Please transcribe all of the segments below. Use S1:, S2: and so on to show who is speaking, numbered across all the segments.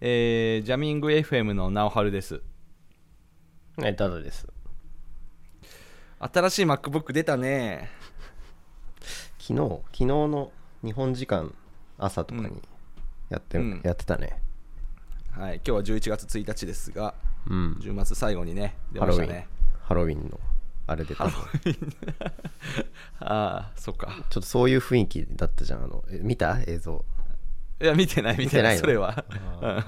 S1: えージャミング FM の直春です
S2: えただです
S1: 新しい MacBook 出たね
S2: 昨日昨日の日本時間朝とか
S1: うん
S2: にやって,、
S1: うん
S2: やってたね
S1: はい今日は11月1日ですが
S2: うん
S1: 10月最後にね出
S2: ハ
S1: ま
S2: ロウ
S1: し
S2: ィ
S1: た
S2: ン、
S1: ね
S2: ハロウィンのあれ で多分ちょ
S1: ああそっか
S2: っとそういう雰囲気だったじゃんあのえ見た映像
S1: いや見てない見てない
S2: 見てないの
S1: それは
S2: あ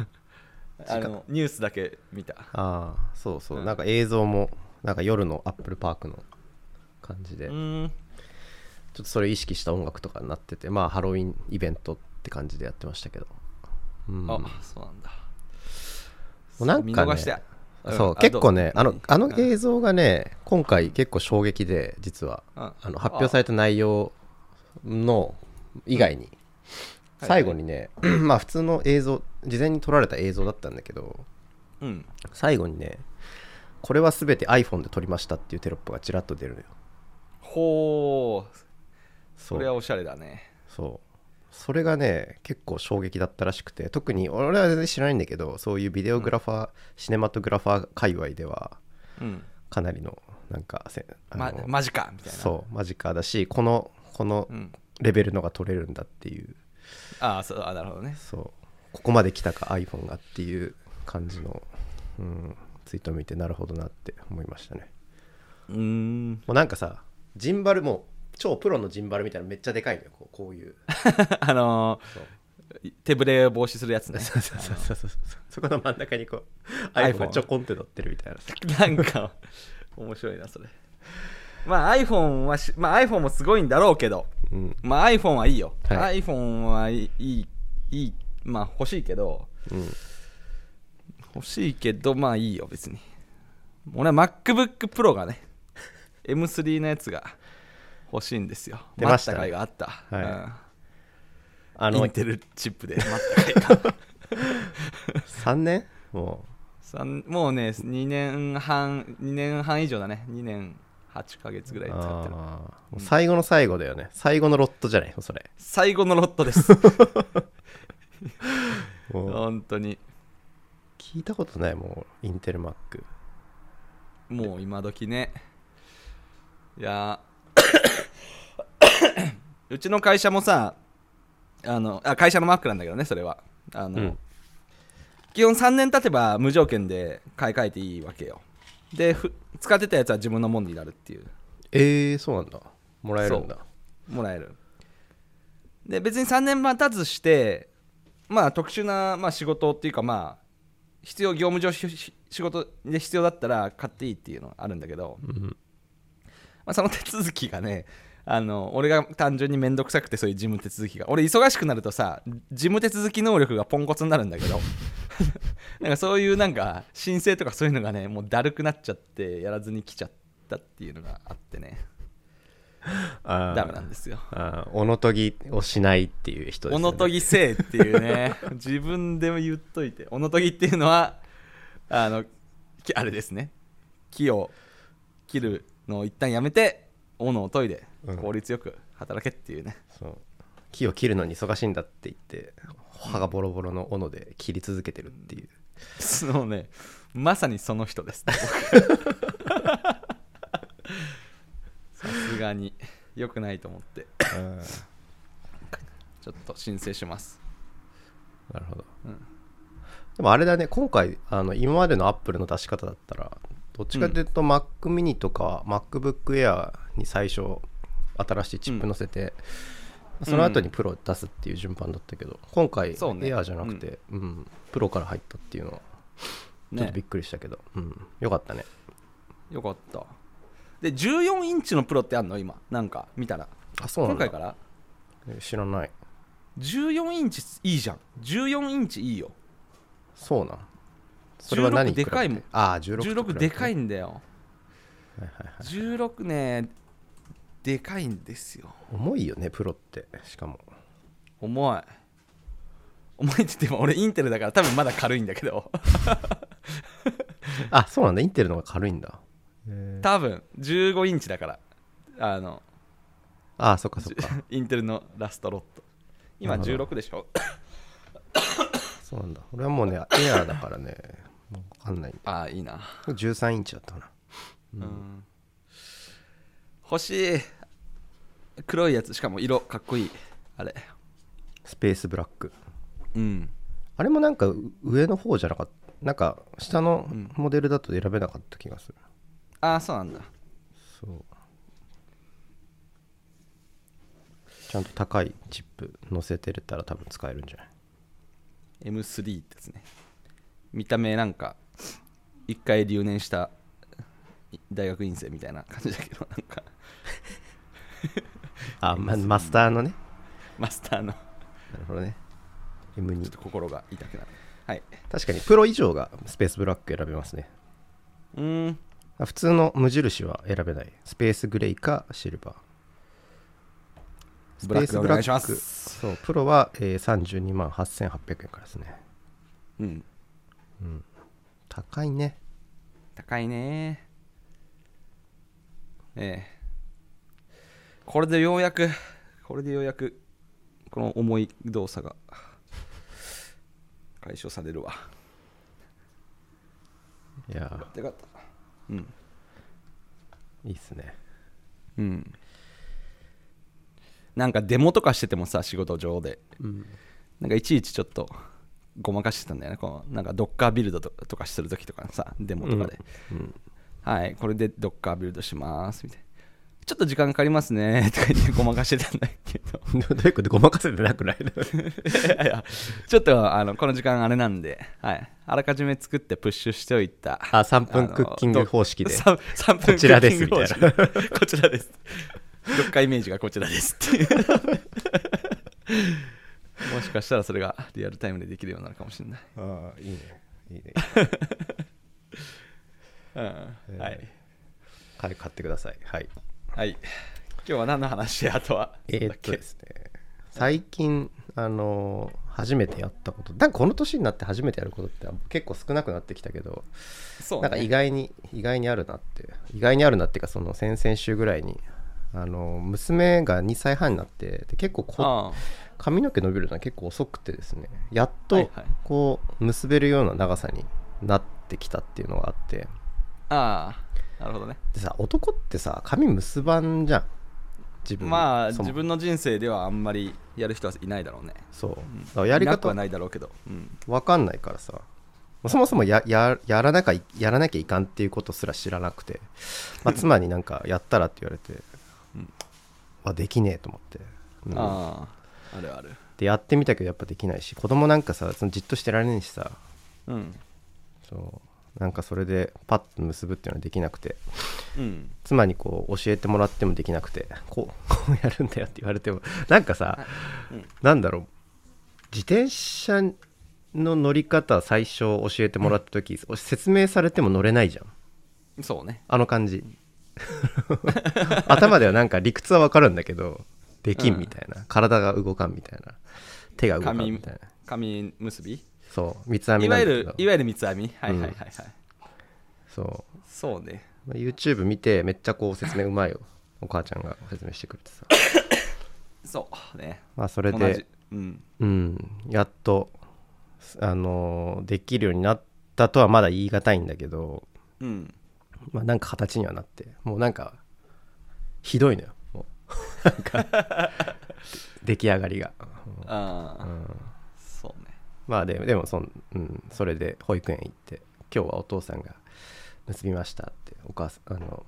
S1: うん あのニュースだけ見た
S2: ああそうそう、
S1: うん
S2: なんか映像もなんか夜のアップルパークの感じで、
S1: う
S2: ちょ
S1: ーん
S2: っとそれ意識した音楽とかになっててまあハロウィンイベントって感じでやってましたけど、うん、
S1: あそうなんだ
S2: うなんかね
S1: 見逃してん
S2: そう
S1: あ
S2: 結構ね
S1: ど
S2: あのあの
S1: うん
S2: 映像がね今回結構衝撃で実は
S1: うん
S2: あの発表された内容の以外に
S1: はい
S2: 最後にね まあ普通の映像事前に撮られた映像だったんだけど
S1: うん
S2: 最後にねこれは全て iPhone で撮りましたっていうテロップがちらっと出るのよ
S1: ほう
S2: そ
S1: それはおしゃれだね
S2: そうそれがね結構衝撃だったらしくて特に俺は全然知らないんだけどそういうビデオグラファー、シネマトグラファー界隈では
S1: うん
S2: かなりのなんかせあの
S1: ま、マジかみたいな
S2: そうマジカだしこのこの
S1: うん
S2: レベルのが取れるんだっていう
S1: ああそうあなるほどね
S2: そうここまで来たか iPhone がっていう感じの、うん、ツイートを見てなるほどなって思いましたね
S1: うーん
S2: もうなんかさジンバルもう超プロのジンバルみたいなのめっちゃでかいのよこうこういう
S1: あの
S2: そう
S1: ー手ぶれを防止するやつね
S2: そうそうそうそうそうそこの真ん中にこ う
S1: iPhone
S2: iPhone がちょこんって乗ってるみたいなさ
S1: なんか面白いなそれまあ iPhone はし、まあ、iPhone もすごいんだろうけど
S2: うん
S1: まあ iPhone はいいよ、
S2: は
S1: iPhone はいいいいまあ欲しいけど
S2: うん
S1: 欲しいけどまあいいよ別に俺は MacBookPro がね M3 のやつが欲しいんですよ
S2: 出ました
S1: 待った甲斐があった、
S2: あ
S1: うんイ
S2: の
S1: ンテルチップで待った甲斐が
S2: 3年も
S1: さんもうね2年半2年半以上だね2年8ヶ月ぐ
S2: う
S1: らい使ってる
S2: あーもう最後の最後だよね最後のロットじゃないそれ
S1: 最後のロットです
S2: もう
S1: 本当に
S2: 聞いたことないもうインテルマック
S1: もう今時ねい やーうちの会社もさあのあ会社のマックなんだけどねそれはあの、
S2: うん
S1: 基本3年経てば無条件で買い替えていいわけよでふ使ってたやつは自分のもんになるっていう
S2: えー、そうなんだもらえるんだ
S1: もらえるで別に3年半経つしてまあ特殊な、まあ、仕事っていうかまあ必要業務上しし仕事で必要だったら買っていいっていうのあるんだけど、
S2: うん
S1: まあ、その手続きがねあの俺が単純に面倒くさくてそういう事務手続きが俺忙しくなるとさ事務手続き能力がポンコツになるんだけど なんかそういうなんか申請とかそういうのがねもうだるくなっちゃってやらずに来ちゃったっていうのがあってね
S2: あー
S1: ダメなんですよ
S2: あーおのとぎをしないっていう人です
S1: お
S2: よ
S1: の
S2: ね
S1: とぎせえっていう ね自分でも言っといておのとぎっていうのはあのきあれですね木を切るのを一旦やめて斧を研いで
S2: うん
S1: 効率よく働けっていうね、
S2: そう木を切るのに忙しいんだって言って歯がボロボロの斧で切り続けてるっていう
S1: そのねまさにその人です、 さすがに良くないと思ってちょっと申請します
S2: なるほど、
S1: うん
S2: でもあれだね今回あの今までのアップルの出し方だったらどっちかというと Mac mini とか MacBookAir に最初新しいチップ乗せて、
S1: ん
S2: その後にプロ出すっていう順番だったけど、今回
S1: そうね
S2: Air じゃなくて、うんプロから入ったっていうのはちょっと
S1: ね
S2: びっくりしたけど、うん、よかったね
S1: よかったで14インチのプロってあんの今なんか見たら
S2: あそう
S1: 今
S2: なんだ
S1: 回から
S2: え知らない
S1: 14インチいいじゃん14インチいいよ
S2: そうなんそれは何
S1: 16でかいもん
S2: 比べてああ16
S1: 16でかいんだよ
S2: はいはいはい
S1: 16ねでかいんですよ
S2: 重いよねプロってしかも
S1: 重い重いって言っても俺インテルだから多分まだ軽いんだけど
S2: あそうなんだインテルの方が軽いんだ
S1: 多分15インチだからあの
S2: ああそっ かそっか
S1: インテルのラストロット今
S2: なるほ
S1: 16でしょ
S2: そうなんだ俺はもうねエアーだからねもう分かんない
S1: ああいいな
S2: 13インチだったかな
S1: うん、欲しい黒いやつしかも色かっこいいあれ
S2: スペースブラック
S1: うん
S2: あれもなんかう上の方じゃなかったなんか下のモデルだと選べなかった気がする、
S1: ああそうなんだ
S2: そうちゃんと高いチップ乗せてれたら多分使えるんじゃない
S1: M3 ってやつね見た目なんか一回留年したい大学院生みたいな感じだけどなんか
S2: あ、ま、マスターのね
S1: マスターのち
S2: なるほどね
S1: ょっ
S2: M2
S1: と心が痛くなるはい
S2: 確かにプロ以上がスペースブラック選べますね
S1: うーん
S2: あ普通の無印は選べないスペースグレイかシルバース
S1: ブ
S2: ペ
S1: ラッ
S2: ー
S1: ク
S2: ス
S1: でお
S2: ブラ
S1: 願いしま
S2: ック
S1: す
S2: そうプロは、えー、32万8800円からですね
S1: うん
S2: 高いね
S1: 高いねええこれでようやくこれでようやくこの重い動作が解消されるわ
S2: いや
S1: でかったうん
S2: ーいいっすね
S1: うんなんかデモとかしててもさ仕事上で
S2: うん
S1: なんかいちいちちょっとごまかしてたんだよねこうなんかドッカービルドととかするときとかのさデモとかで、
S2: うん
S1: はい、これでドッカービルドしますみたいな。ちょっと時間かかりますねとか言ってごまかしてたんだけど
S2: どどういうことごまかせてなくない
S1: いやいや ちょっとあのこの時間あれなんで、はい、あらかじめ作ってプッシュしておいた
S2: あ3分クッキング方式で
S1: 3, 分
S2: こちらですみたいな
S1: クッキング方式 こちらですドッカーイメージがこちら ですっていうもしかしたらそれがリアルタイムでできるようになるかもしれない、
S2: ああいいねいいね
S1: うんはい
S2: はい買ってくださいはい
S1: はい今日は何の話であとは
S2: えー
S1: だ
S2: っ
S1: っ
S2: と
S1: け
S2: ですね最近あのー初めてやったことなんかこの年になって初めてやることって結構少なくなってきたけど、
S1: そう、
S2: な
S1: ね、
S2: んか意外に意外にあるなって意外にあるなっていうかその先々週ぐらいにあのー娘が2歳半になってで結構こ
S1: ああ
S2: 髪の毛伸びるのは結構遅くてですねやっ
S1: はい
S2: と
S1: はい
S2: こう結べるような長さになってきたっていうのがあって
S1: ああなるほどね
S2: でさ男ってさ髪結ばんじゃん自分
S1: まあ
S2: そも
S1: 自分の人生ではあんまりやる人はいないだろうね
S2: そう
S1: うん
S2: だからやり
S1: いなく
S2: 方
S1: はないだろうけど、うん、
S2: わかんないからさそもそもやややらなきゃいやらなきゃいかんっていうことすら知らなくて、 まあ、妻になんかやったらって言われて、
S1: うん
S2: はできねえと思って、うん
S1: あああるある
S2: でやってみたけどやっぱできないし子供なんかさそのじっとしてられねえしさ
S1: うん
S2: そうなんかそれでパッと結ぶっていうのはできなくて
S1: うん
S2: 妻にこう教えてもらってもできなくてこう こうやるんだよって言われてもなんかさ、
S1: うん
S2: なんだろう自転車の乗り方最初教えてもらった時、説明されても乗れないじゃん
S1: そうね
S2: あの感じ 頭ではなんか理屈はわかるんだけどできんみたいな、体が動かんみたいな手が動かんみたいな
S1: 紙結び
S2: そう三つ編み
S1: い
S2: なん
S1: わ
S2: だ
S1: ゆ
S2: けど
S1: るいわゆる三つ編みはいはいはいはい、
S2: そう
S1: そうね
S2: まあ YouTube 見てめっちゃこう説明うまいよお母ちゃんが説明してくれてさ
S1: そうね
S2: まあそれ
S1: 同
S2: で
S1: じうん
S2: うんやっとあのーできるようになったとはまだ言い難いんだけど、
S1: うん
S2: まあ、なんか形にはなってもうなんかひどいのよもう なんか出来上がりが、
S1: あ
S2: う
S1: あ、
S2: ん、
S1: そうね
S2: まあででもそ,、んうん、それで保育園行って今日はお父さんが結びましたってお母さんあの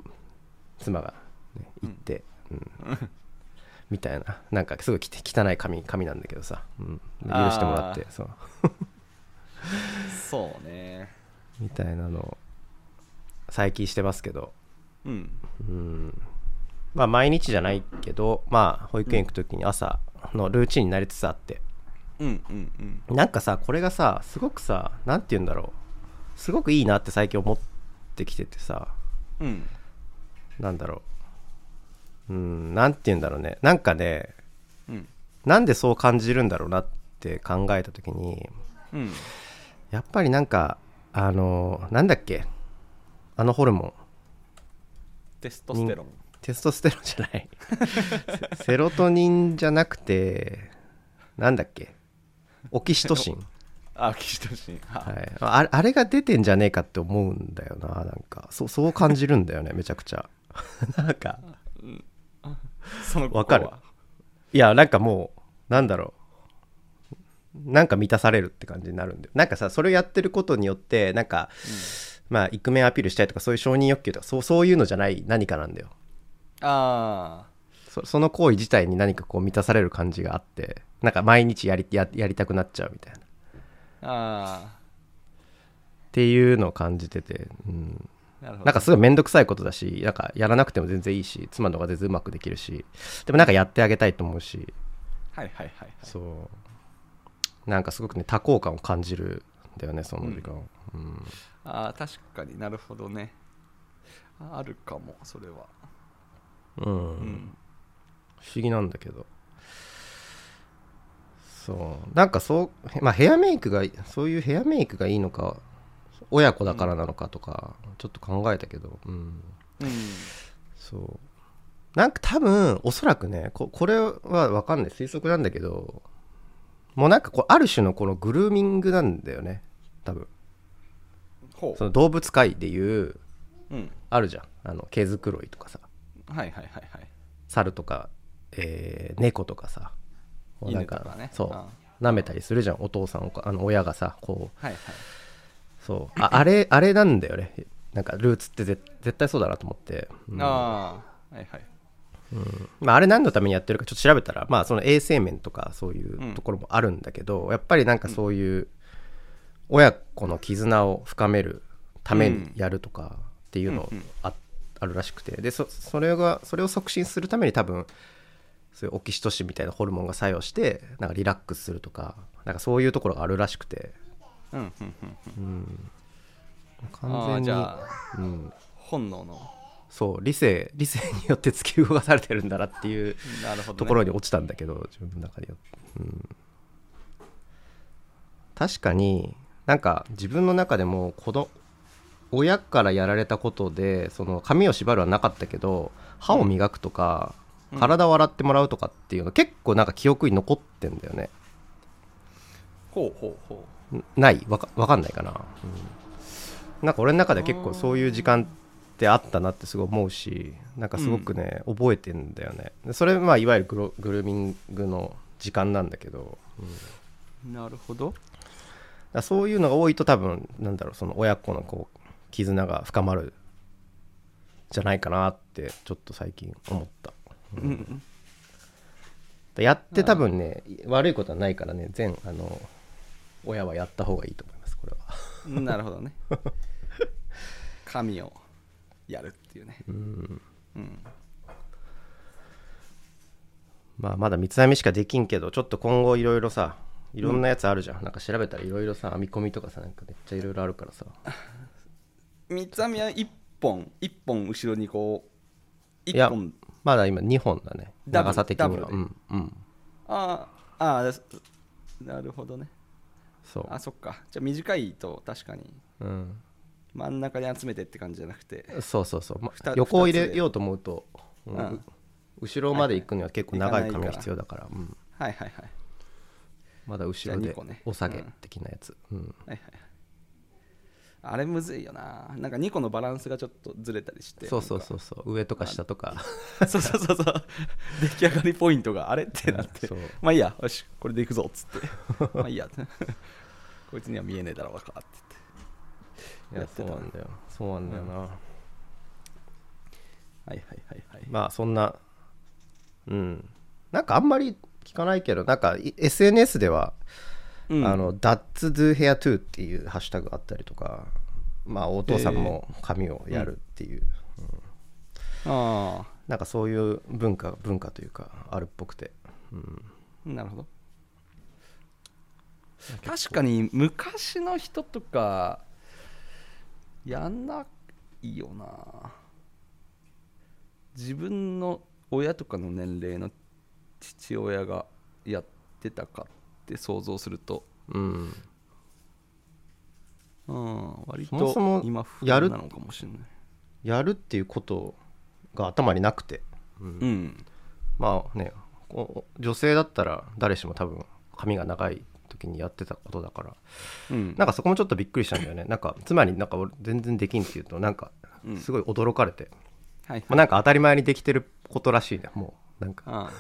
S2: 妻が、ね、言って、うんみたいななんかすごいきて汚い紙紙なんだけどさ、うん、許してもらってそう
S1: そうね
S2: みたいなのを最近してますけど、
S1: うん
S2: うん、まあ毎日じゃないけどまあ保育園行く時に朝のルーチンになりつつあって、
S1: うんうんうん
S2: なんかさこれがさすごくさなんて言うんだろうすごくいいなって最近思ってきててさ
S1: うん
S2: なんだろううんなんて言うんだろうねなんかね
S1: うん
S2: なんでそう感じるんだろうなって考えた時に
S1: うん
S2: やっぱりなんかあのなんだっけあのホルモン
S1: テストステロン
S2: テストステロンじゃない セセロトニンじゃなくてなんだっけオキシトシン
S1: あ岸としは
S2: はい、ああれが出てんじゃねえかって思うんだよななんかそうそう感じるんだよねめちゃくちゃ なんか
S1: その心は
S2: わかるいやなんかもうなんだろうなんか満たされるって感じになるんだよなんかさそれをやってることによってなんか、まあイクメンアピールしたいとかそういう承認欲求とかそうそういうのじゃない何かなんだよ
S1: あ
S2: そその行為自体に何かこう満たされる感じがあってなんか毎日やりややりたくなっちゃうみたいなっ
S1: ああ
S2: ていうのを感じてて、うん、
S1: あなるほど
S2: なんかすごい面倒くさいことだしなんかやらなくても全然いいし妻の方が全然うまくできるしでもなんかやってあげたいと思うし
S1: はいはいはい
S2: そうなんかすごくね多幸感を感じるんだよねその時間を、うん
S1: ああ確かになるほどねああるかもそれは
S2: うん
S1: うん
S2: 不思議なんだけどそうなんかそう、まあ、ヘアメイクがそういうヘアメイクがいいのか親子だからなのかとか、ちょっと考えたけどうん
S1: うん
S2: そうなんか多分おそらくねここれは分かんない推測なんだけどもうなんかこうある種のこのグルーミングなんだよね多分
S1: ほ
S2: その動物界でいう
S1: ううん
S2: あるじゃんあの毛づくろいとかさ
S1: はいはいはいはい
S2: 猿とか、えー猫とかさこうなん
S1: 犬とかね
S2: そ
S1: あ
S2: う舐めたりするじゃんお父さんおかあの親がさこ
S1: はいはいう
S2: そうああれあれなんだよねなんかルーツって絶絶対そうだなと思って、うん
S1: ああはいはい
S2: まあ、あれ何のためにやってるかちょっと調べたら、まあ、その衛生面とかそういうところもあるんだけど、やっぱりなんかそういう親子の絆を深めるためにやるとかっていうのあ,、あるらしくてでそそれがそれを促進するために多分そういうオキシトシンみたいなホルモンが作用してなんかリラックスするとかなんかそういうところがあるらしくて
S1: うんうんうん
S2: 完全
S1: あー
S2: に
S1: じゃあ
S2: うん、
S1: 本能の
S2: そう理性理性によって突き動かされてるんだなっていう。
S1: なるほど、ね、
S2: ところに落ちたんだけど、自分の中では、うん確かになんか自分の中でも子ど親からやられたことでその髪を縛るはなかったけど歯を磨くとか、
S1: うん
S2: 体を洗ってもらうとかっていうの結構なんか記憶に残ってんだよね
S1: ほうほうほ
S2: んないわかわかんないかな、うんなんか俺の中では結構そういう時間ってあったなってすごい思うしなんかすごくね、覚えてんだよねでそれまあいわゆるグログルーミングの時間なんだけど、うんだか
S1: うなるほど
S2: らそういうのが多いと多分なんだろうその親子のこう絆が深まるんじゃないかなってちょっと最近思った
S1: うん
S2: でやって多分ね悪いことはないからね全あの親はやった方がいいと思いますこれは
S1: うんなるほどね神をやるっていうねうん
S2: まあまだ三つ編みしかできんけどちょっと今後いろいろさいろんなやつあるじゃん、なんか調べたらいろいろさ編み込みとかさなんかめっちゃいろいろあるからさ
S1: 三つ編みは一本一本後ろにこう
S2: い
S1: 一
S2: や
S1: 本
S2: まだ今2本だね
S1: ダブル
S2: 長さ的に
S1: ダ
S2: は
S1: ブル
S2: うんうん
S1: あーあーなるほどね
S2: そ
S1: あそっかじゃあ短いと確かに
S2: う、うん、
S1: 真ん中に集めてって感じじゃなくて
S2: そうそうそう、ま
S1: 二つ
S2: 横を入れようと思うと、うん
S1: うん
S2: 後ろまで行くには結構長い
S1: 行か
S2: 髪
S1: ない
S2: が
S1: から
S2: 必要だからうん、
S1: はいはいはい
S2: まだ後ろ
S1: じゃあ
S2: で
S1: 二個ね
S2: お下げ
S1: うん
S2: 的なやつ、うん、
S1: はいはいはいあれむずいよななんか2個のバランスがちょっとずれたりして
S2: そうそう
S1: なんか
S2: そうそう上とか下とか
S1: そうそうそうそう出来上がりポイントがあれってなって
S2: そう
S1: まあいいやよしこれでいくぞっつってまあいいや こいつには見えねえだろうかって
S2: い
S1: 言ってや
S2: や
S1: っ
S2: そ
S1: てた
S2: うな
S1: は
S2: んだよそうなんだよな、
S1: いはいはいはい
S2: まあそんなうんなんかあんまり聞かないけどなんかい SNS では、
S1: うん
S2: あの「That'sDoHairToo」っていうハッシュタグがあったりとかまあお父さんも髪をやるっていう、
S1: あ
S2: なんかそういう文化文化というかあるっぽくて、うん、
S1: あなるほど確かに昔の人とかやんないよな自分の親とかの年齢の父親がやってたかって想像すると
S2: うん、
S1: うん割
S2: そもそも
S1: と今風
S2: や
S1: な
S2: る
S1: のかもしれない
S2: やるっていうことが頭になくて、うん
S1: うん
S2: まあねこう女性だったら誰しも多分髪が長い時時にやってたことだから
S3: うん
S2: なんかそこもちょっとびっくりしたんだよねなんか妻になんか俺全然できんって言うとなんか
S3: うん
S2: すごい驚かれて、
S1: はい
S2: まあ、なんか当たり前にできてることらしいねもうなんか
S1: あ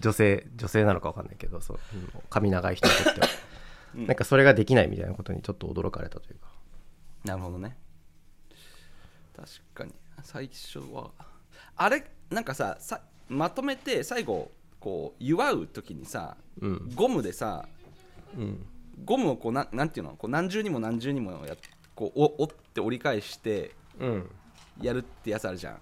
S2: 女性女性なのかわかんないけどそううん髪長い人にとっては
S3: うん
S2: なんかそれができないみたいなことにちょっと驚かれたというか
S1: あなるほどね確かに最初はあれなんかささまとめて最後こう祝う時にさ
S2: うん
S1: ゴムでさ
S2: うん
S1: ゴムをこうなんなんていうのこう何重にも何重にもやっこうお折って折り返して
S2: うん
S1: やるってやつあるじゃん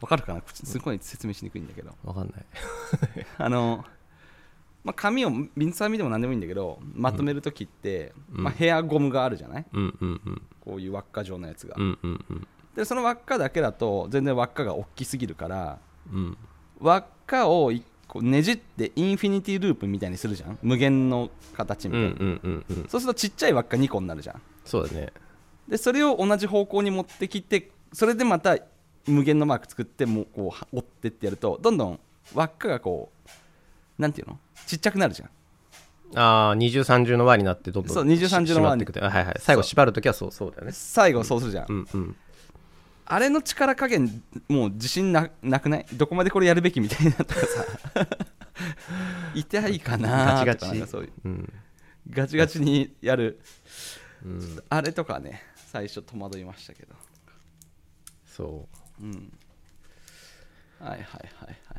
S1: わかるかなすごい説明しにくいんだけど
S2: わかんない
S1: あの、まあ、紙を水サミでも何でもいいんだけどまとめる時って、
S2: うん
S1: まあ、ヘアゴムがあるじゃない
S2: うんうんうん
S1: こういう輪っか状のやつが、
S2: うんうんうん
S1: でその輪っかだけだと全然輪っかが大きすぎるから
S2: うん
S1: 輪っかを一個ねじってインフィニティループみたいにするじゃん無限の形み
S2: う
S1: たいな、
S2: んうんうんうん
S1: そうするとちっちゃい輪っか2個になるじゃん
S2: そうだね
S1: でそれを同じ方向に持ってきてそれでまた無限のマーク作ってもうこうは折ってってやるとどんどん輪っかがこうなんていうのちっちゃくなるじゃん
S2: ああ二重三重の輪になってどんどん
S1: そう二重三重の輪に
S2: し縛っていくとはいはい最後縛るときはそうそうだよね
S1: 最後そうするじゃん、
S2: うんうん
S1: あれの力加減もう自信ななくないどこまでこれやるべきみたいになったらさ 痛いかなとか
S2: ガチガ
S1: なん
S2: チ
S1: かそういう
S2: うん
S1: ガチガチにやる
S2: うん
S1: あれとかね最初戸惑いましたけど
S2: そ
S1: うんはいはいはいは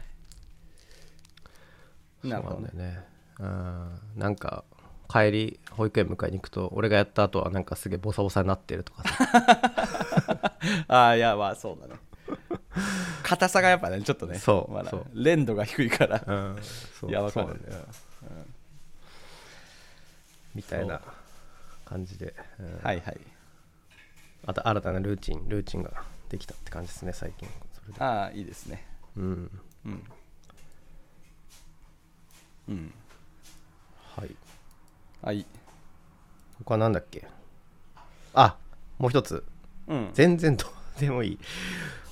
S2: う
S1: いなるほどね
S2: そうなんだよねうんなんか帰り保育園迎えに行くと俺がやった後はなんかすげえボサボサになってるとかさ
S1: ああいやまあそうだね硬さがやっぱねちょっとね
S2: そう
S1: まだ
S2: そう
S1: 連度が低いから
S2: うんそう
S1: いやわかる
S2: そうなんだよみたいな感じで、うん
S1: はいはい
S2: あと新たなルーチンルーチンができたって感じですね最近それで
S1: ああいいですね
S2: うん
S1: うんうん
S2: はい
S1: はい
S2: 他なんだっけあもう一つ
S1: うん
S2: 全然どうでもいい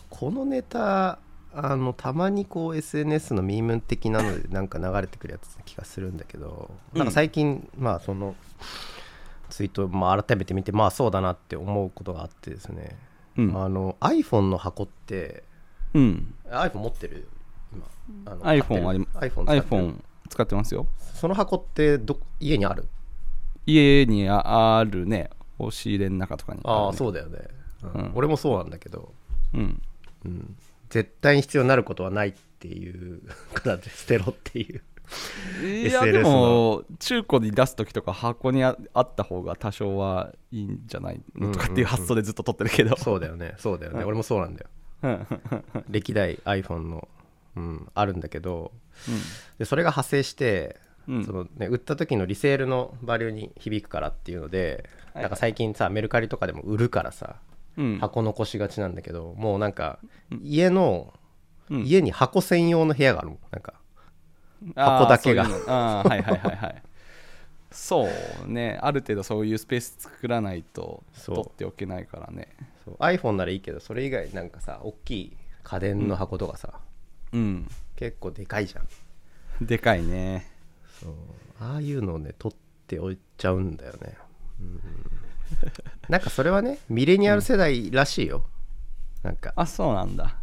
S2: このネタあのたまにこう SNS のミーム的なのでなんか流れてくるやつな気がするんだけど、
S1: うん
S2: なんか最近まあそのツイートをまあ改めて見てまあそうだなって思うことがあってですね、
S1: うん
S2: あの iPhone の箱って
S1: うん、
S2: iPhone 持ってる今あの
S1: iPhone
S2: 買
S1: あ
S2: っ
S1: り
S2: てる iPhone 使ってる
S1: iPhone 使ってますよ
S2: その箱ってど家にある
S1: 家にああるね押し入れの中とかに
S2: ああ
S1: う
S2: そうだよね、うん
S1: うん
S2: 俺もそうなんだけど
S1: うん
S2: うん絶対に必要になることはないっていうから捨てろっていう
S1: いや
S2: SNS
S1: で
S2: の
S1: も中古に出す時とか箱にああった方が多少はいいんじゃないのとかっていう発想でずっと取ってるけど
S2: そうだよねそうだよね、
S1: うん
S2: 俺もそうなんだよ
S1: うん
S2: 歴代 iPhone の、うん、あるんだけどでそれが派生して、
S1: うん
S2: そのね、売った時のリセールのバリューに響くからっていうので、
S1: はい
S2: なんか最近さメルカリとかでも売るからさ
S1: うん
S2: 箱残しがちなんだけど、もうなんか家の、
S1: うん
S2: 家に箱専用の部屋があるもんなんか
S1: あー
S2: 箱だけが
S1: そういうのあーはいはいはいはいそうねある程度そういうスペース作らないと
S2: そう
S1: 取っておけないからね
S2: そう iPhone ならいいけどそれ以外なんかさ大きい家電の箱とかさ、
S1: うん
S2: 結構でかいじゃん
S1: でかいね
S2: そうああいうのをね取っておいちゃうんだよね、うん、なんかそれはねミレニアル世代らしいよ、なんか
S1: あそうなんだ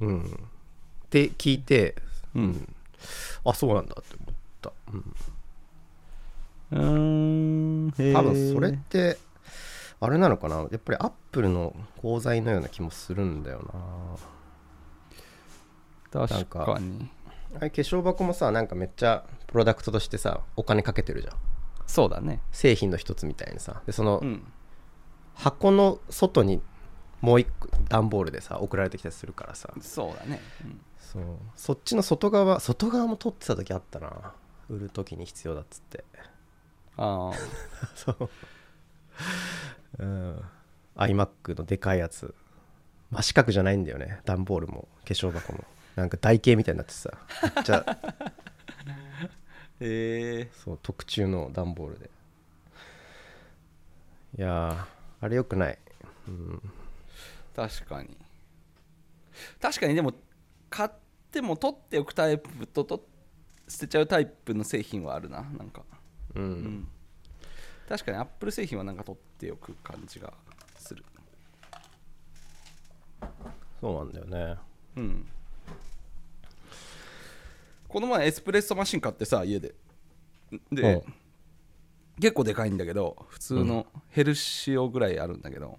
S2: うんって聞いて
S1: うん
S2: あそうなんだって思った、うん
S1: うーんへー
S2: 多分それってあれなのかなやっぱりアップルの功罪のような気もするんだよな
S1: 確かに
S2: あれ化粧箱もさなんかめっちゃプロダクトとしてさお金かけてるじゃん
S1: そうだね
S2: 製品の一つみたいにさでその
S1: うん
S2: 箱の外にもう一個段ボールでさ送られてきたりするからさ
S1: そうだね、うん
S2: そうそっちの外側外側も取ってた時あったな売る時に必要だっつって
S1: ああ
S2: そううん、iMac のでかいやつ真四角じゃないんだよね段ボールも化粧箱もなんか台形みたいになってさめっち ゃ
S1: へえ
S2: そう特注の段ボールでいやーあれよくない、うん、
S1: 確かに確かにでも買っても取っておくタイプと取っ捨てちゃうタイプの製品はあるななんか、
S2: うん、
S1: うん確かにアップル製品はなんか取っておく感じがする
S2: そうなんだよね
S1: うんこの前エスプレッソマシン買ってさ家でで
S2: うん
S1: 結構でかいんだけど普通のヘルシオぐらいあるんだけど、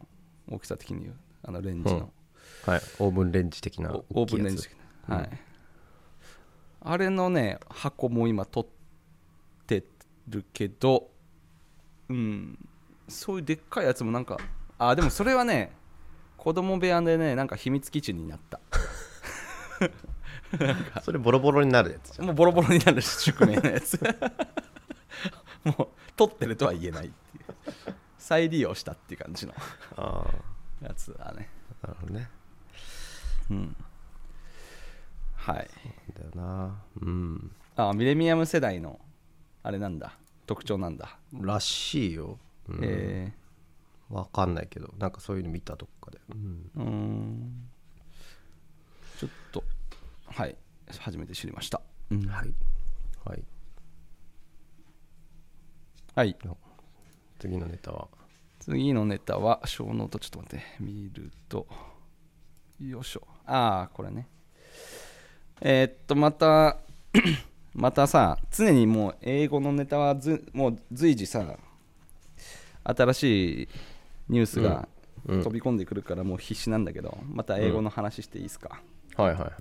S1: 大きさ的に言うあのレンジの、
S2: はいオーブンレンジ的な
S1: おオーブンレンジ
S2: 大きいや
S1: はい、あれのね箱も今取ってるけどうんそういうでっかいやつもなんかあでもそれはね子供部屋でねなんか秘密基地になった
S2: つ それボロボロになるやつじゃん
S1: もうボロボロになるし宿命のやつ もう取ってるとは言えないっていう再利用したっていう感じの
S2: あ
S1: やつだね
S2: あなるほどね
S1: うんはい
S2: だよなうん
S1: あミレニアム世代のあれなんだ特徴なんだ、
S2: らしいよ、うん
S1: え
S2: わかんないけどなんかそういうの見たどっかで、うん、
S1: ーうーんちょっとはい初めて知りました、うん
S2: はいはい
S1: はい
S2: 次のネタは
S1: 次のネタは小ノートちょっと待って見るとよいしょああこれねえーっとまた またさ常にもう英語のネタはずもう随時さ新しいニュースが
S2: うんうん
S1: 飛び込んでくるからもう必死なんだけど、また英語の話していいですか、
S2: はいはいはい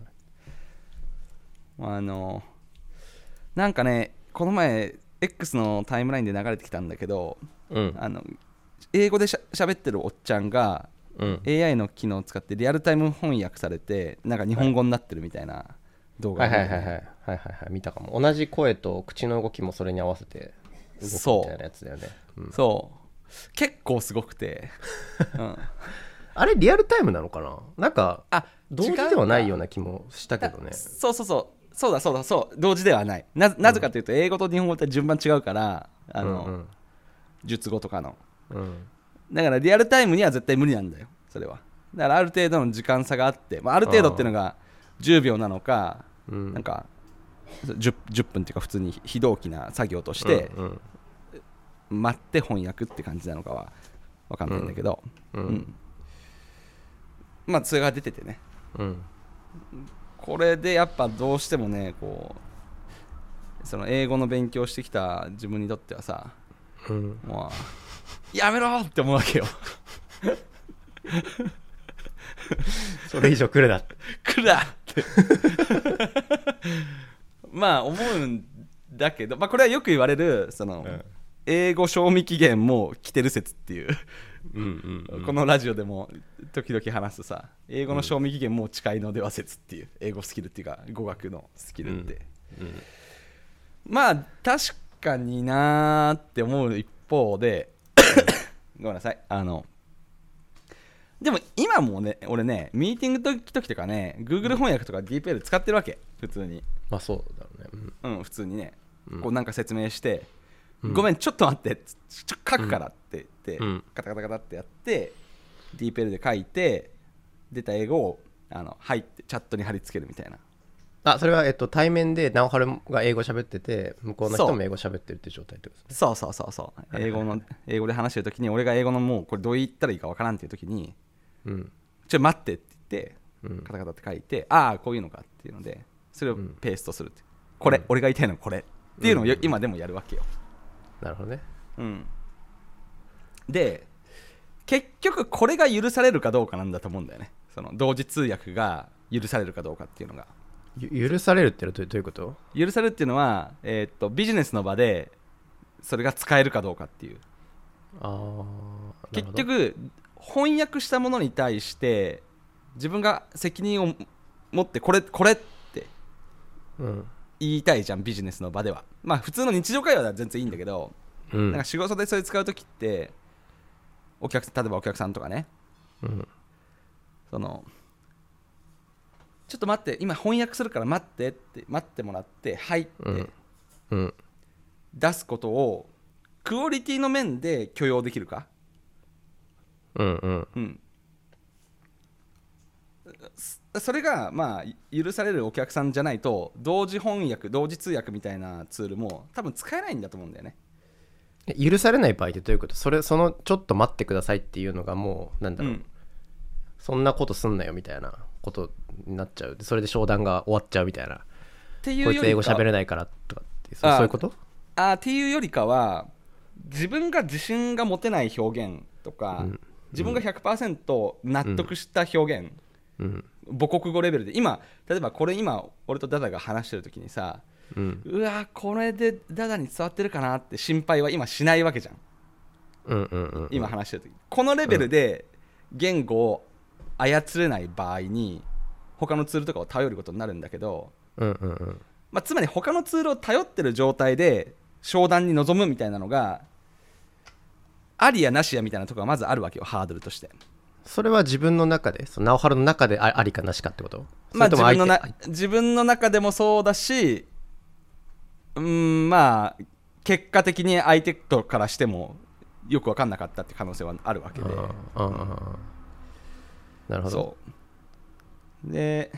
S1: あのなんかねこの前 X のタイムラインで流れてきたんだけど
S2: うん
S1: あの英語でしゃ喋ってるおっちゃんが
S2: うん
S1: AI の機能を使ってリアルタイム翻訳されてなんか日本語になってるみたいな動
S2: は
S1: 画
S2: い
S1: が
S2: はいはいはいはいはいはい見たかも同じ声と口の動きもそれに合わせて動
S1: そう
S2: くみたいなやつだよね、うん
S1: そう結構すごく て、うん、
S2: あれリアルタイムなのかななんか
S1: あ
S2: 同時ではないような気もしたけどね
S1: そうそうそうそうだそうだそう同時ではないななぜかというと英語と日本語って順番違うからあの、
S2: うん
S1: 術語とかの
S2: うんうん
S1: だからリアルタイムには絶対無理なんだよそれはだからある程度の時間差があって、まあ、ある程度っていうのが10秒なのか
S2: うん
S1: なんか 10, 10分っていうか普通に非同期な作業として
S2: うんうん
S1: 待って翻訳って感じなのかは分かんないんだけど、
S2: うん
S1: うんまあそれが出ててね
S2: うん
S1: これでやっぱどうしてもねこうその英語の勉強してきた自分にとってはさ
S2: うん
S1: もうやめろーって思うわけよ
S2: それ以上くれだって
S1: くらって まあ思うんだけど、まあ、これはよく言われるその、
S2: うん
S1: 英語賞味期限もう来てる説っていう
S2: うんうん
S1: このラジオでも時々話すさ英語の賞味期限もう近いのでは説っていう英語スキルっていうか語学のスキルって、
S2: うん
S1: まあ確かになーって思う一方で ごめんなさいあのでも今もね俺ねミーティング時時とかね Google 翻訳とか DeepL 使ってるわけ普通に
S2: まあそうだろうねうん
S1: うん普通にね、
S2: うん
S1: こうなんか説明して、
S2: うん
S1: ごめんちょっと待ってちょちょ書くからって言って、
S2: うん
S1: カタカタカタってやってディーペルで書いて出た英語をあの入ってチャットに貼り付けるみたいな
S2: あそれは、えっと、対面で直春が英語喋ってて向こうの
S1: そ
S2: 人
S1: う
S2: も英語喋ってるって状態ってことですね
S1: そうそうそうそう
S2: はい
S1: 英語の英語で話してる時に俺が英語のもうこれどう言ったらいいかわからんっていう時に
S2: うん
S1: ちょ待ってって言って
S2: うん
S1: カタカタって書いてああこういうのかっていうのでそれを
S2: うん
S1: ペーストするって、これ、
S2: うん
S1: 俺が言いたいのはこれっていうのをよ
S2: うん
S1: 今でもやるわけよ、
S2: なるほどね
S1: うん、で結局これが許されるかどうかなんだと思うんだよねその同時通訳が許されるかどうかっていうのが
S2: ゆ許されるってのはどうどういうこと
S1: 許されるっていうのは、えーっとビジネスの場でそれが使えるかどうかっていう
S2: あーなる
S1: 結
S2: ほど
S1: 局翻訳したものに対して自分が責任を持ってこれこれって
S2: うん
S1: 言いたいじゃんビジネスの場ではまあ普通の日常会話では全然いいんだけど、
S2: うん
S1: なんか仕事でそれ使う時ってお客さん例えばお客さんとかね
S2: うん
S1: そのちょっと待って今翻訳するから待ってって待ってもらってはいっ
S2: う
S1: て
S2: んうん
S1: 出すことをクオリティの面で許容できるか
S2: うんうん
S1: うんだそれがまあ許されるお客さんじゃないと同時翻訳同時通訳みたいなツールも多分使えないんだと思うんだよね
S2: 許されない場合ってどういうことそれそのちょっと待ってくださいっていうのがもうなんだろう、
S1: うん
S2: そんなことすんなよみたいなことになっちゃうそれで商談が終わっちゃうみたいな
S1: っていうよ
S2: こ
S1: り
S2: い
S1: か
S2: つ英語喋れないからとかってそ
S1: あー
S2: そういうこと
S1: あーっていうよりかは自分が自信が持てない表現とか、
S2: うん
S1: 自分が100%納得した表現、
S2: うん
S1: 母国語レベルで今例えばこれ今俺とダダが話してる時にさ
S2: うん
S1: うわーこれでダダに伝わってるかなって心配は今しないわけじゃん
S2: うんうんうん
S1: 今話してる時このレベルで言語を操れない場合に他のツールとかを頼ることになるんだけど、
S2: うんうんうん
S1: まあ、つまり他のツールを頼ってる状態で商談に臨むみたいなのがありやなしやみたいなところがまずあるわけよハードルとして
S2: それは自分の中でその直春の中であありかなしかってこと
S1: まあ
S2: そ
S1: 自
S2: れとも
S1: 分のな
S2: 相手
S1: 自分の中でもそうだしうーんまあ結果的に相手とからしてもよく分かんなかったって可能性はあるわけで
S2: あーあーあーなるほど
S1: そう で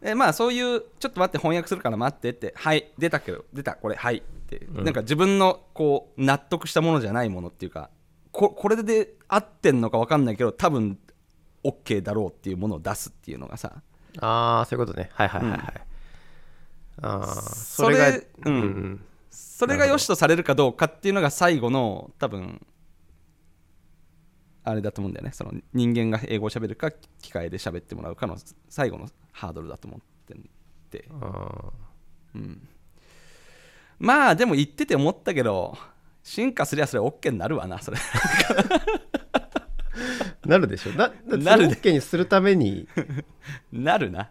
S1: でまあそういうちょっと待って翻訳するから待ってってはい出たけど出たこれはいって、
S2: ん
S1: なんか自分のこう納得したものじゃないものっていうかここれで合ってんのか分かんないけど多分 OK だろうっていうものを出すっていうのがさ
S2: ああそういうことねはいはいはいはい、ああ
S1: そ
S2: そ
S1: れ
S2: れ
S1: う
S2: が
S1: んそれが良しとされるかどうかっていうのが最後の多分あれだと思うんだよねその人間が英語を喋るか機械で喋ってもらうかの最後のハードルだと思ってて
S2: あー
S1: まあでも言ってて思ったけど進化すりゃそれ OK になるわなそれ
S2: なるでしょな
S1: な
S2: な
S1: る
S2: る
S1: で
S2: で OK にするた めに、
S1: なるな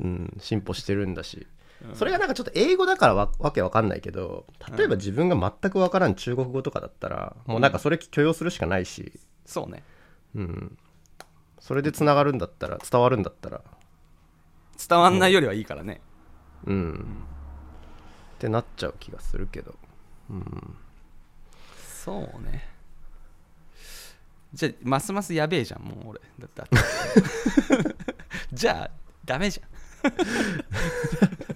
S2: うん、進歩してるんだし、それがなんかちょっと英語だからわわけわかんないけど例えば自分が全くわからん中国語とかだったら、もうなんかそれ許容するしかないし、
S1: そうね
S2: うん、それでつながるんだったら伝わるんだったら
S1: 伝わんないよりはいいからね、
S2: うんってなっちゃう気がするけど
S1: そうねじゃあますますやべえじゃんもう俺だってだってじゃあダメじゃん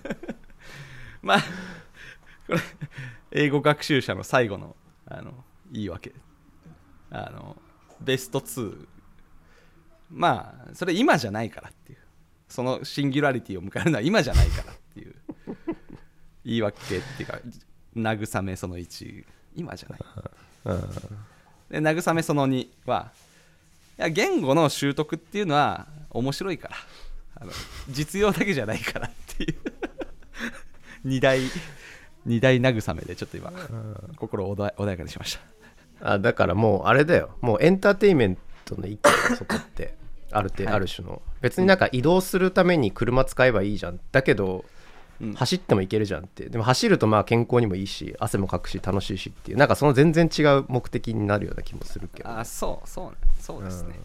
S1: まあこれ英語学習者の最後のあの言い訳あのベスト2まあそれ今じゃないからっていうそのシンギュラリティを迎えるのは今じゃないからっていう言い訳っていうか慰めその1今じゃないで慰めその2はいや言語の習得っていうのは面白いからあの実用だけじゃないからっていう 二大二大慰めでちょっと今心を穏や穏やかにしました
S2: あだからもうあれだよもうエンターテインメントの域そ こってある程
S1: はい
S2: ある種の別になんか移動するために車使えばいいじゃんだけど、
S1: うん
S2: 走ってもいけるじゃんってでも走るとまあ健康にもいいし汗もかくし楽しいしっていうなんかその全然違う目的になるような気もするけど、
S1: あそうそうそうですね、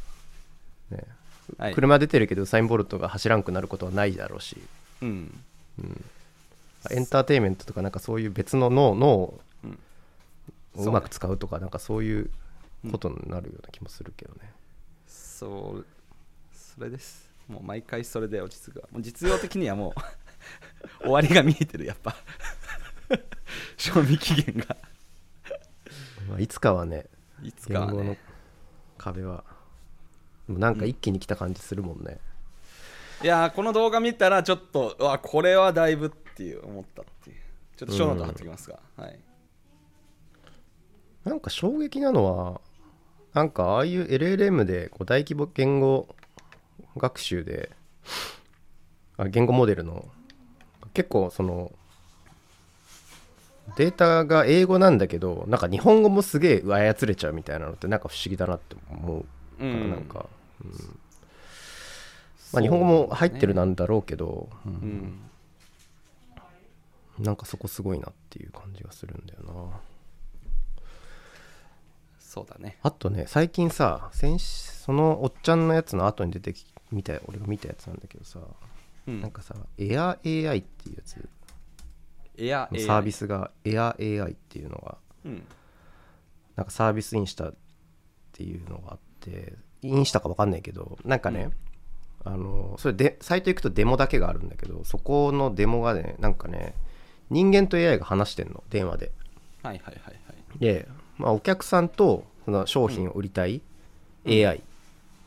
S2: ね
S1: はい、
S2: 車出てるけどウサイン・ボルトが走らんくなることはないだろうし
S1: うん
S2: エンターテインメントとかなんかそういう別の脳脳を
S1: うん
S2: うまく使うとかなんかそういうことになるような気もするけどね、
S1: そうそれですもう毎回それで落ち着くわもう実用的にはもう 終わりが見えてるやっぱ 賞味期限が
S2: まあ、いつかはね
S1: いつ
S2: 言
S1: かは
S2: 語の
S1: ね
S2: 壁はもうなんか一気に来た感じするもんね、
S1: いやーこの動画見たらちょっとうわこれはだいぶっていう思ったっていうちょっとショーノート貼ってきますが、はい
S2: なんか衝撃なのはなんかああいう LLM でこう大規模言語学習であ言語モデルの結構そのデータが英語なんだけどなんか日本語もすげえ操れちゃうみたいなのってなんか不思議だなって思う
S1: う
S2: から
S1: ん
S2: なんか、まあ、日本語も入ってるなんだろうけど、うん
S1: うん
S2: なんかそこすごいなっていう感じがするんだよな
S1: そうだね
S2: あとね最近さ先そのおっちゃんのやつの後に出てき見た俺が見たやつなんだけどさ、
S1: うん
S2: なんかさ AirAI っていうやつ
S1: エア
S2: のサービ
S1: ス、
S2: スが AirAI っていうのが
S1: うん
S2: なんかサービスインしたっていうのがあってインしたか分かんないけどなんかね、あのそれでサイト行くとデモだけがあるんだけどそこのデモがねなんかね人間と AI が話してんの電話で
S1: はいはいはいはい
S2: で、まあ、お客さんとその商品を売りたい AI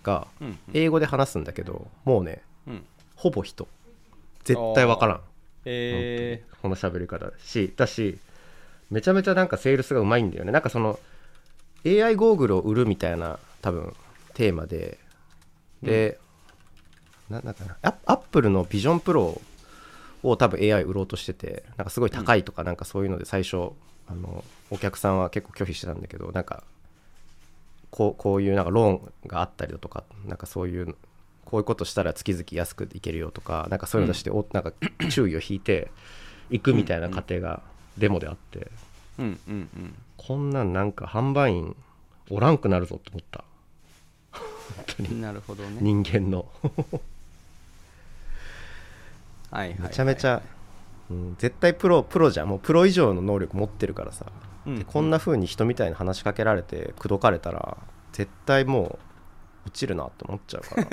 S2: が
S1: うんうん
S2: 英語で話すんだけどもうね
S1: うん
S2: ほぼ人絶対分からん
S1: え
S2: この喋り方だしだしめちゃめちゃなんかセールスがうまいんだよねなんかその AI ゴーグルを売るみたいな多分テーマでで、なんだかなアアップルのビジョンプロを多分 AI 売ろうとしててなんかすごい高いとかなんかそういうので最初、あのお客さんは結構拒否してたんだけどなんかこうこういうなんかローンがあったりだとかなんかそういうこういうことしたら月々安くいけるよとかなんかそういうの出して、おなんか 注意を引いていくみたいな過程がデモであって、
S1: ーうんうんうん
S2: こんなんなんか販売員おらんくなるぞって思った
S1: なるほどね。
S2: 人間の
S1: はいはいはい
S2: めちゃめちゃ、うん、絶対プロプロじゃんもうプロ以上の能力持ってるからさ、
S1: うん
S2: でこんな風に人みたいに話しかけられて口説かれたら絶対もう落ちるなって思っちゃうから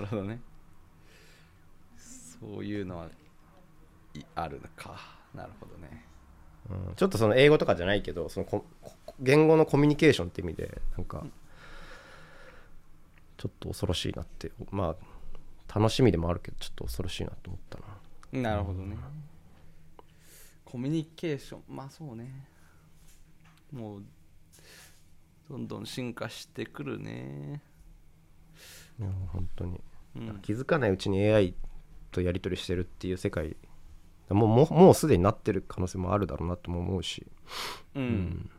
S1: なるほどね。そういうのはいあるのか。なるほどね。
S2: うんちょっとその英語とかじゃないけどそのここ言語のコミュニケーションって意味でなんかちょっと恐ろしいなってまあ楽しみでもあるけどちょっと恐ろしいなと思ったな
S1: なるほどね。コミュニケーション、まあそうね。もう、どんどん進化してくるね。
S2: いや本当に
S1: うん、
S2: 気づかないうちに AI とやり取りしてるっていう世界もうもうもうすでになってる可能性もあるだろうなとも思うし
S1: うん
S2: ん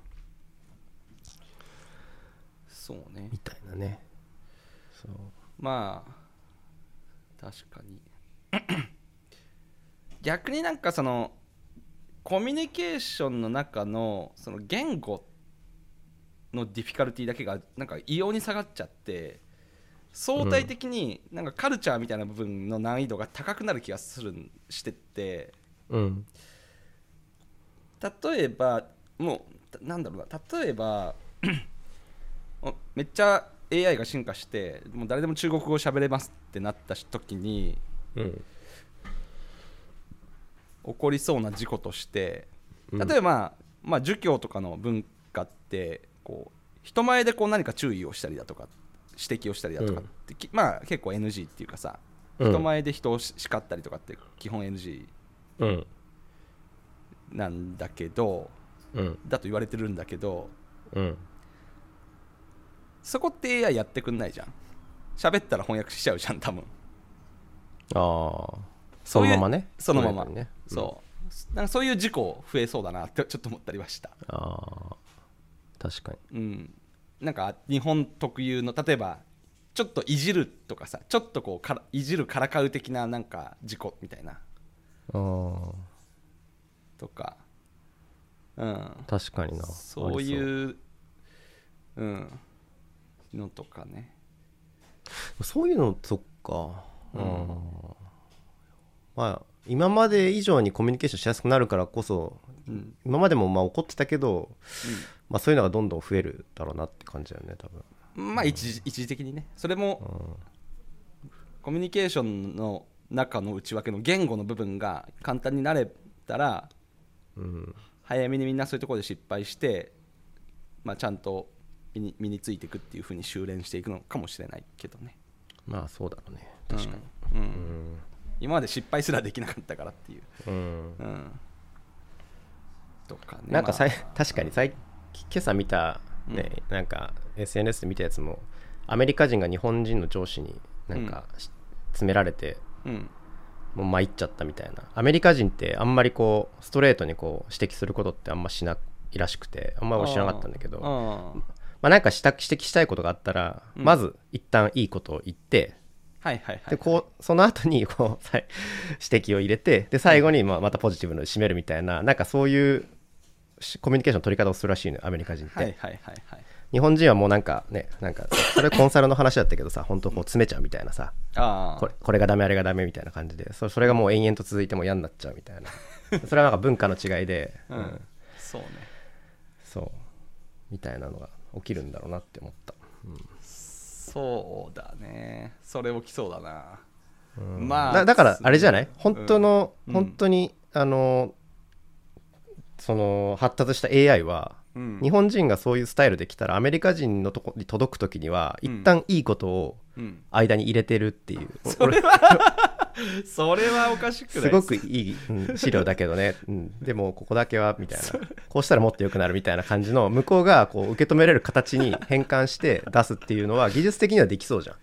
S1: そうね
S2: み。たいなねそう
S1: まあ確かに 逆になんかそのコミュニケーションの中のその言語のディフィカルティだけがなんか異様に下がっちゃって相対的になんかカルチャーみたいな部分の難易度が高くなる気がするんしてって
S2: うん
S1: 例えばもうたなんだろうな例えば おめっちゃ AI が進化してもう誰でも中国語喋れますってなった時に
S2: うん
S1: 起こりそうな事故として
S2: うん
S1: 例えば、まあ、儒教とかの文化ってこう人前でこう何か注意をしたりだとか指摘をしたりだとかって、きまあ結構 NG っていうかさ
S2: うん
S1: 人前で人をし叱ったりとかって基本 NG
S2: うん
S1: なんだけど
S2: うん
S1: だと言われてるんだけど
S2: うん
S1: そこって AI やってくんないじゃん喋ったら翻訳しちゃうじゃん多分
S2: ああそのままね
S1: そのまま
S2: ストレートにね
S1: そうなんかそういう事故増えそうだなってちょっと思ったりはした
S2: うんああ確かに
S1: うん、なんか日本特有の例えばちょっといじるとかさちょっとこうからいじるからかう的ななんか事故みたいな
S2: あ
S1: とか、うん
S2: あ、確かにな
S1: そう
S2: あり
S1: いううんのとかね
S2: そうそういうのそっか
S1: う
S2: うんんまあ今まで以上にコミュニケーションしやすくなるからこそ
S1: うん
S2: 今までもまあ怒ってたけど、まあ、そういうのがどんどん増えるだろうなって感じだよね多分
S1: まあ一時一時的にねそれもコミュニケーションの中の内訳の言語の部分が簡単になれたら
S2: うん、うん、
S1: 早めにみんなそういうところで失敗して、まあ、ちゃんと身に身についていくっていうふうに修練していくのかもしれないけどね
S2: まあそうだろうね確か
S1: うん
S2: に
S1: う
S2: うんん、
S1: 今まで失敗すらできなかったからっていう、
S2: うん
S1: うん、とかね
S2: なんかさい
S1: ま
S2: 確かにさい今朝見た、ねなんか SNS で見たやつもアメリカ人が日本人の上司になんか、し詰められて
S1: あうん
S2: もう参っちゃったみたいなアメリカ人ってあんまりこうストレートにこう指摘することってあんましないらしくてあんま俺知らなかったんだけどま
S1: あー
S2: あ、なんかした指摘したいことがあったら、
S1: うん
S2: まず一旦いいことを言って
S1: はいはいは
S2: で
S1: い
S2: こうその後にこうさい指摘を入れてで最後にまあまたポジティブの締めるみたいななんかそういうしコミュニケーションの取り方をするらしいのよアメリカ人って、
S1: はいはいはいはい
S2: 日本人はもうなんかねなんかそれコンサルの話だったけどさ本当こう詰めちゃうみたいなさ
S1: ああ
S2: これこれがダメあれがダメみたいな感じでそそれがもう延々と続いても嫌になっちゃうみたい なそれはなんか文化の違いで、
S1: う
S2: うんん
S1: そうね
S2: そうみたいなのが起きるんだろうなって思った、うん
S1: そうだねそれ起きそうだな
S2: うん
S1: まあ
S2: だだからあれじゃない
S1: うん
S2: 本当の、
S1: うん
S2: 本当にあのその発達した AI は
S1: うん
S2: 日本人がそういうスタイルで来たらアメリカ人のとこに届く時には
S1: うん
S2: 一旦いいことを
S1: うん
S2: 間に入れてるっていう、
S1: それ
S2: 俺
S1: はそれはおかしくない
S2: すごくいい、うん資料だけどね、うんでもここだけはみたいなこうしたらもっと良くなるみたいな感じの向こうがこう受け止められる形に変換して出すっていうのは技術的にはできそうじゃん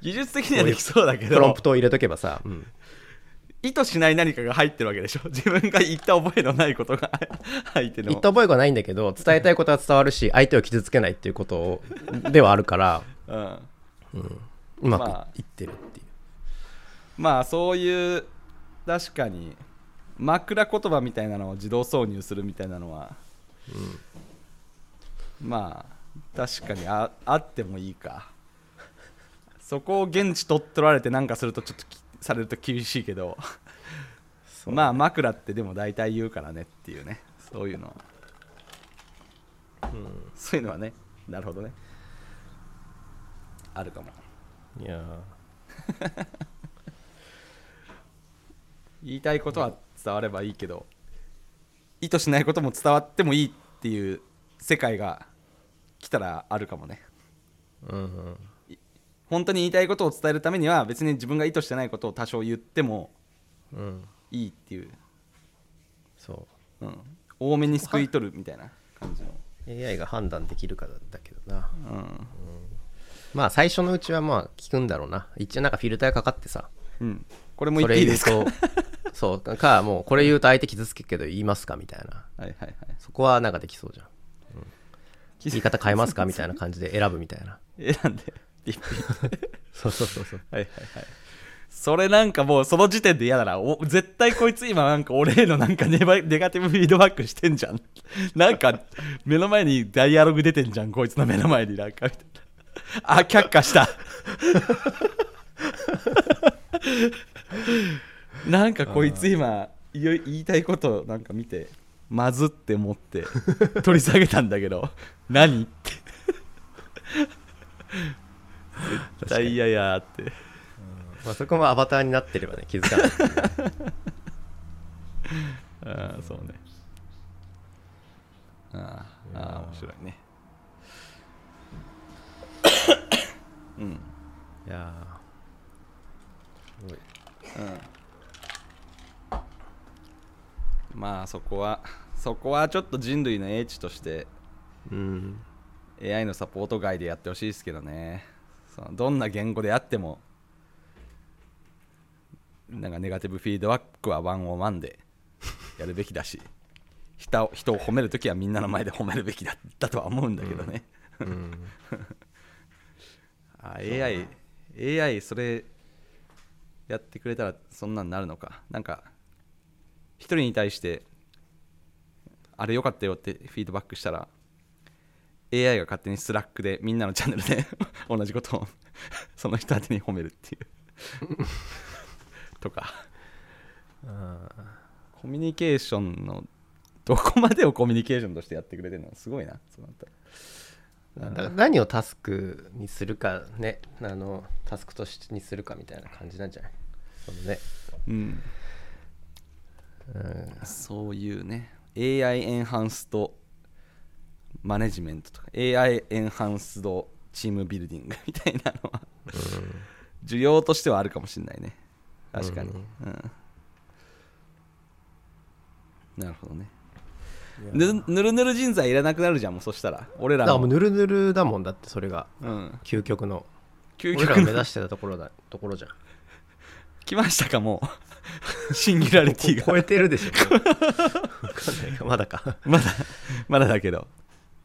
S1: 技術的にはできそうだけ
S2: プロン
S1: ど
S2: プトを入れとけばさ、うん
S1: 意図しない何かが入ってるわけでしょ自分が言った覚えのないことが相手の
S2: 言った覚えがないんだけど伝えたいことは伝わるし相手を傷つけないっていうことをではあるから
S1: うん、
S2: うま
S1: まあ
S2: くいってるっていう、
S1: まあそういう確かに枕言葉みたいなのを自動挿入するみたいなのは、まあ確かにああってもいいかそこを現地取っ取られてなんかするとちょっときされると厳しいけど
S2: そう
S1: まあ枕ってでも大体言うからねっていうねそういうのは、そういうのはねなるほどねあるかも
S2: いや
S1: 言いたいことは伝わればいいけど意図しないことも伝わってもいいっていう世界が来たらあるかもね
S2: ーうん
S1: 本当に言いたいことを伝えるためには別に自分が意図してないことを多少言っても
S2: うんうん
S1: いいっていう、
S2: そ
S1: うん、多めに救い取るみたいな感じの、
S2: う AI が判断できるかだけどな
S1: うん
S2: まあ最初のうちはまあ聞くんだろうな一応なんかフィルターかかってさ
S1: うん、これも言っていいですか
S2: そ
S1: はい
S2: れ言うとそうかもうこれ言うと相手傷つけるけど言いますかみたいな
S1: はいはい
S2: そこはなんかできそうじゃん言い方変えますかみた
S1: い
S2: いな感じで選ぶみたいな
S1: な選んでピッピッ
S2: そうそうそうそう
S1: はいはいはいそれなんかもうその時点で嫌だなお絶対こいつ今なんか俺へのなんかネバネガティブフィードバックしてんじゃん なんか目の前にダイアログ出てんじゃんこいつの目の前になんかみたいなあ却下した なんかこいつ今いよ言いたいことなんか見てまずって思って取り下げたんだけど 何って絶対嫌やーって
S2: まあそこもアバターになってればね気づか ない
S1: ああそうねあーあー面白いねうん
S2: いやーすごい
S1: まあそこはそこはちょっと人類の英知として
S2: うん
S1: AI のサポート外でやってほしいですけどねそのどんな言語であってもなんかネガティブフィードバックはワンオンワンでやるべきだし人を人を褒めるときはみんなの前で褒めるべきだだとは思うんだけどね、
S2: うん
S1: あ AI, AI それやってくれたらそんなんなるのかなんか一人に対してあれ良かったよってフィードバックしたら AI が勝手にスラックでみんなのチャンネルで 同じことをその人宛てに褒めるっていうとか
S2: あ
S1: コミュニケーションのどこまでをコミュニケーションとしてやってくれてるのすごいなそうなったら
S2: ーだ何をタスクにするかねあのタスクとしてにするかみたいな感じなんじゃないそのね、
S1: うん
S2: うん
S1: そういうね AI エンハンスドマネジメントとか AI エンハンスドチームビルディングみたいなのは需要としてはあるかもしれないね確かに、う
S2: うんん
S1: なるほどね
S2: いや
S1: ぬぬるぬる人材いらなくなるじゃんもうそしたら俺ら
S2: だから
S1: の
S2: もうぬるぬるだもんだってそれが
S1: うん、
S2: 究極の
S1: 究
S2: 俺らが目
S1: 極
S2: 指してたところだところじゃん
S1: 来ましたかもう シンギュラリティが
S2: 超えてるでしょわかんないか まだか
S1: まだまだだけど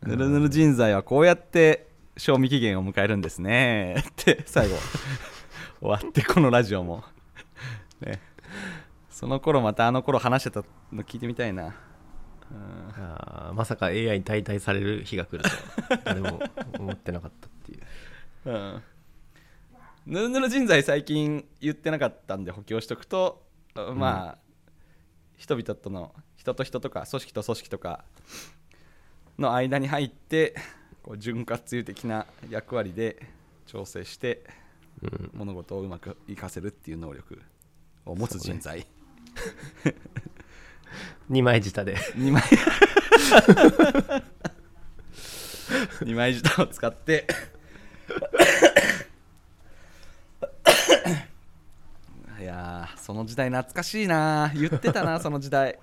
S1: ぬるぬる人材はこうやって賞味期限を迎えるんですね って最後終わってこのラジオも、ね、その頃またあの頃話してたの聞いてみたいなうん
S2: あーまさか AI に代替される日が来るとは誰も思ってなかったってい
S1: う
S2: う
S1: んぬるぬる人材最近言ってなかったんで補強しとくとまあ、人々との人と人とか組織と組織とかの間に入ってこう潤滑油的な役割で調整して
S2: うん、
S1: 物事をうまく活かせるっていう能力を持つ人材、
S2: 2枚舌で
S1: 二枚二枚舌を使っていやーその時代懐かしいな言ってたなその時代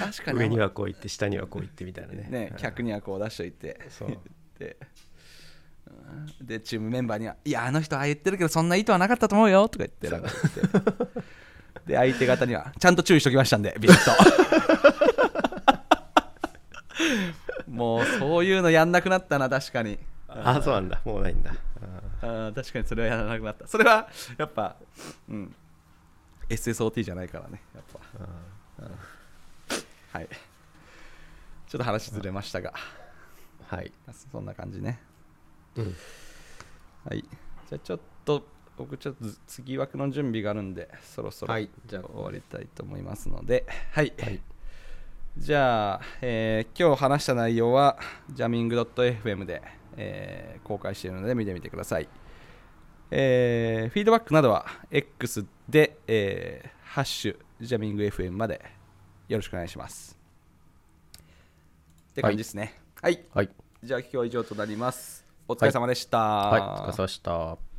S1: 確かに
S2: 上にはこう言って下にはこう言ってみたいなね
S1: ね客にはこう出しといて
S2: そう
S1: 言 ってうんでチームメンバーには「いやあの人ああ言ってるけどそんな意図はなかったと思うよ」とか言ってなんか 言ってで相手方には「ちゃんと注意しときましたんでビシ ッと」もうそういうのやんなくなったな確かに
S2: ああそうなんだもうないんだあ
S1: あー確かにそれはやらなくなったそれはやっぱうん SSOT じゃないからねやっぱ
S2: ーあ
S1: はいちょっと話ずれましたが
S2: ーはい、
S1: そんな感じね
S2: うん、
S1: はい。じゃあちょっと、僕ちょっと次枠の準備があるんで、そろそろ
S2: は
S1: 終
S2: いじゃあ
S1: わりたいと思いますので、はい。
S2: はい
S1: じゃあ、えー今日話した内容は、ジャミング .fm で、えー公開しているので見てみてください。えーフィードバックなどは X で、えーハッシュジャミング FM までよろしくお願いします。って感じですね。はい。
S2: はい
S1: じゃあ今日は以上となります。お疲れ様でした。
S2: はいお疲れ様でした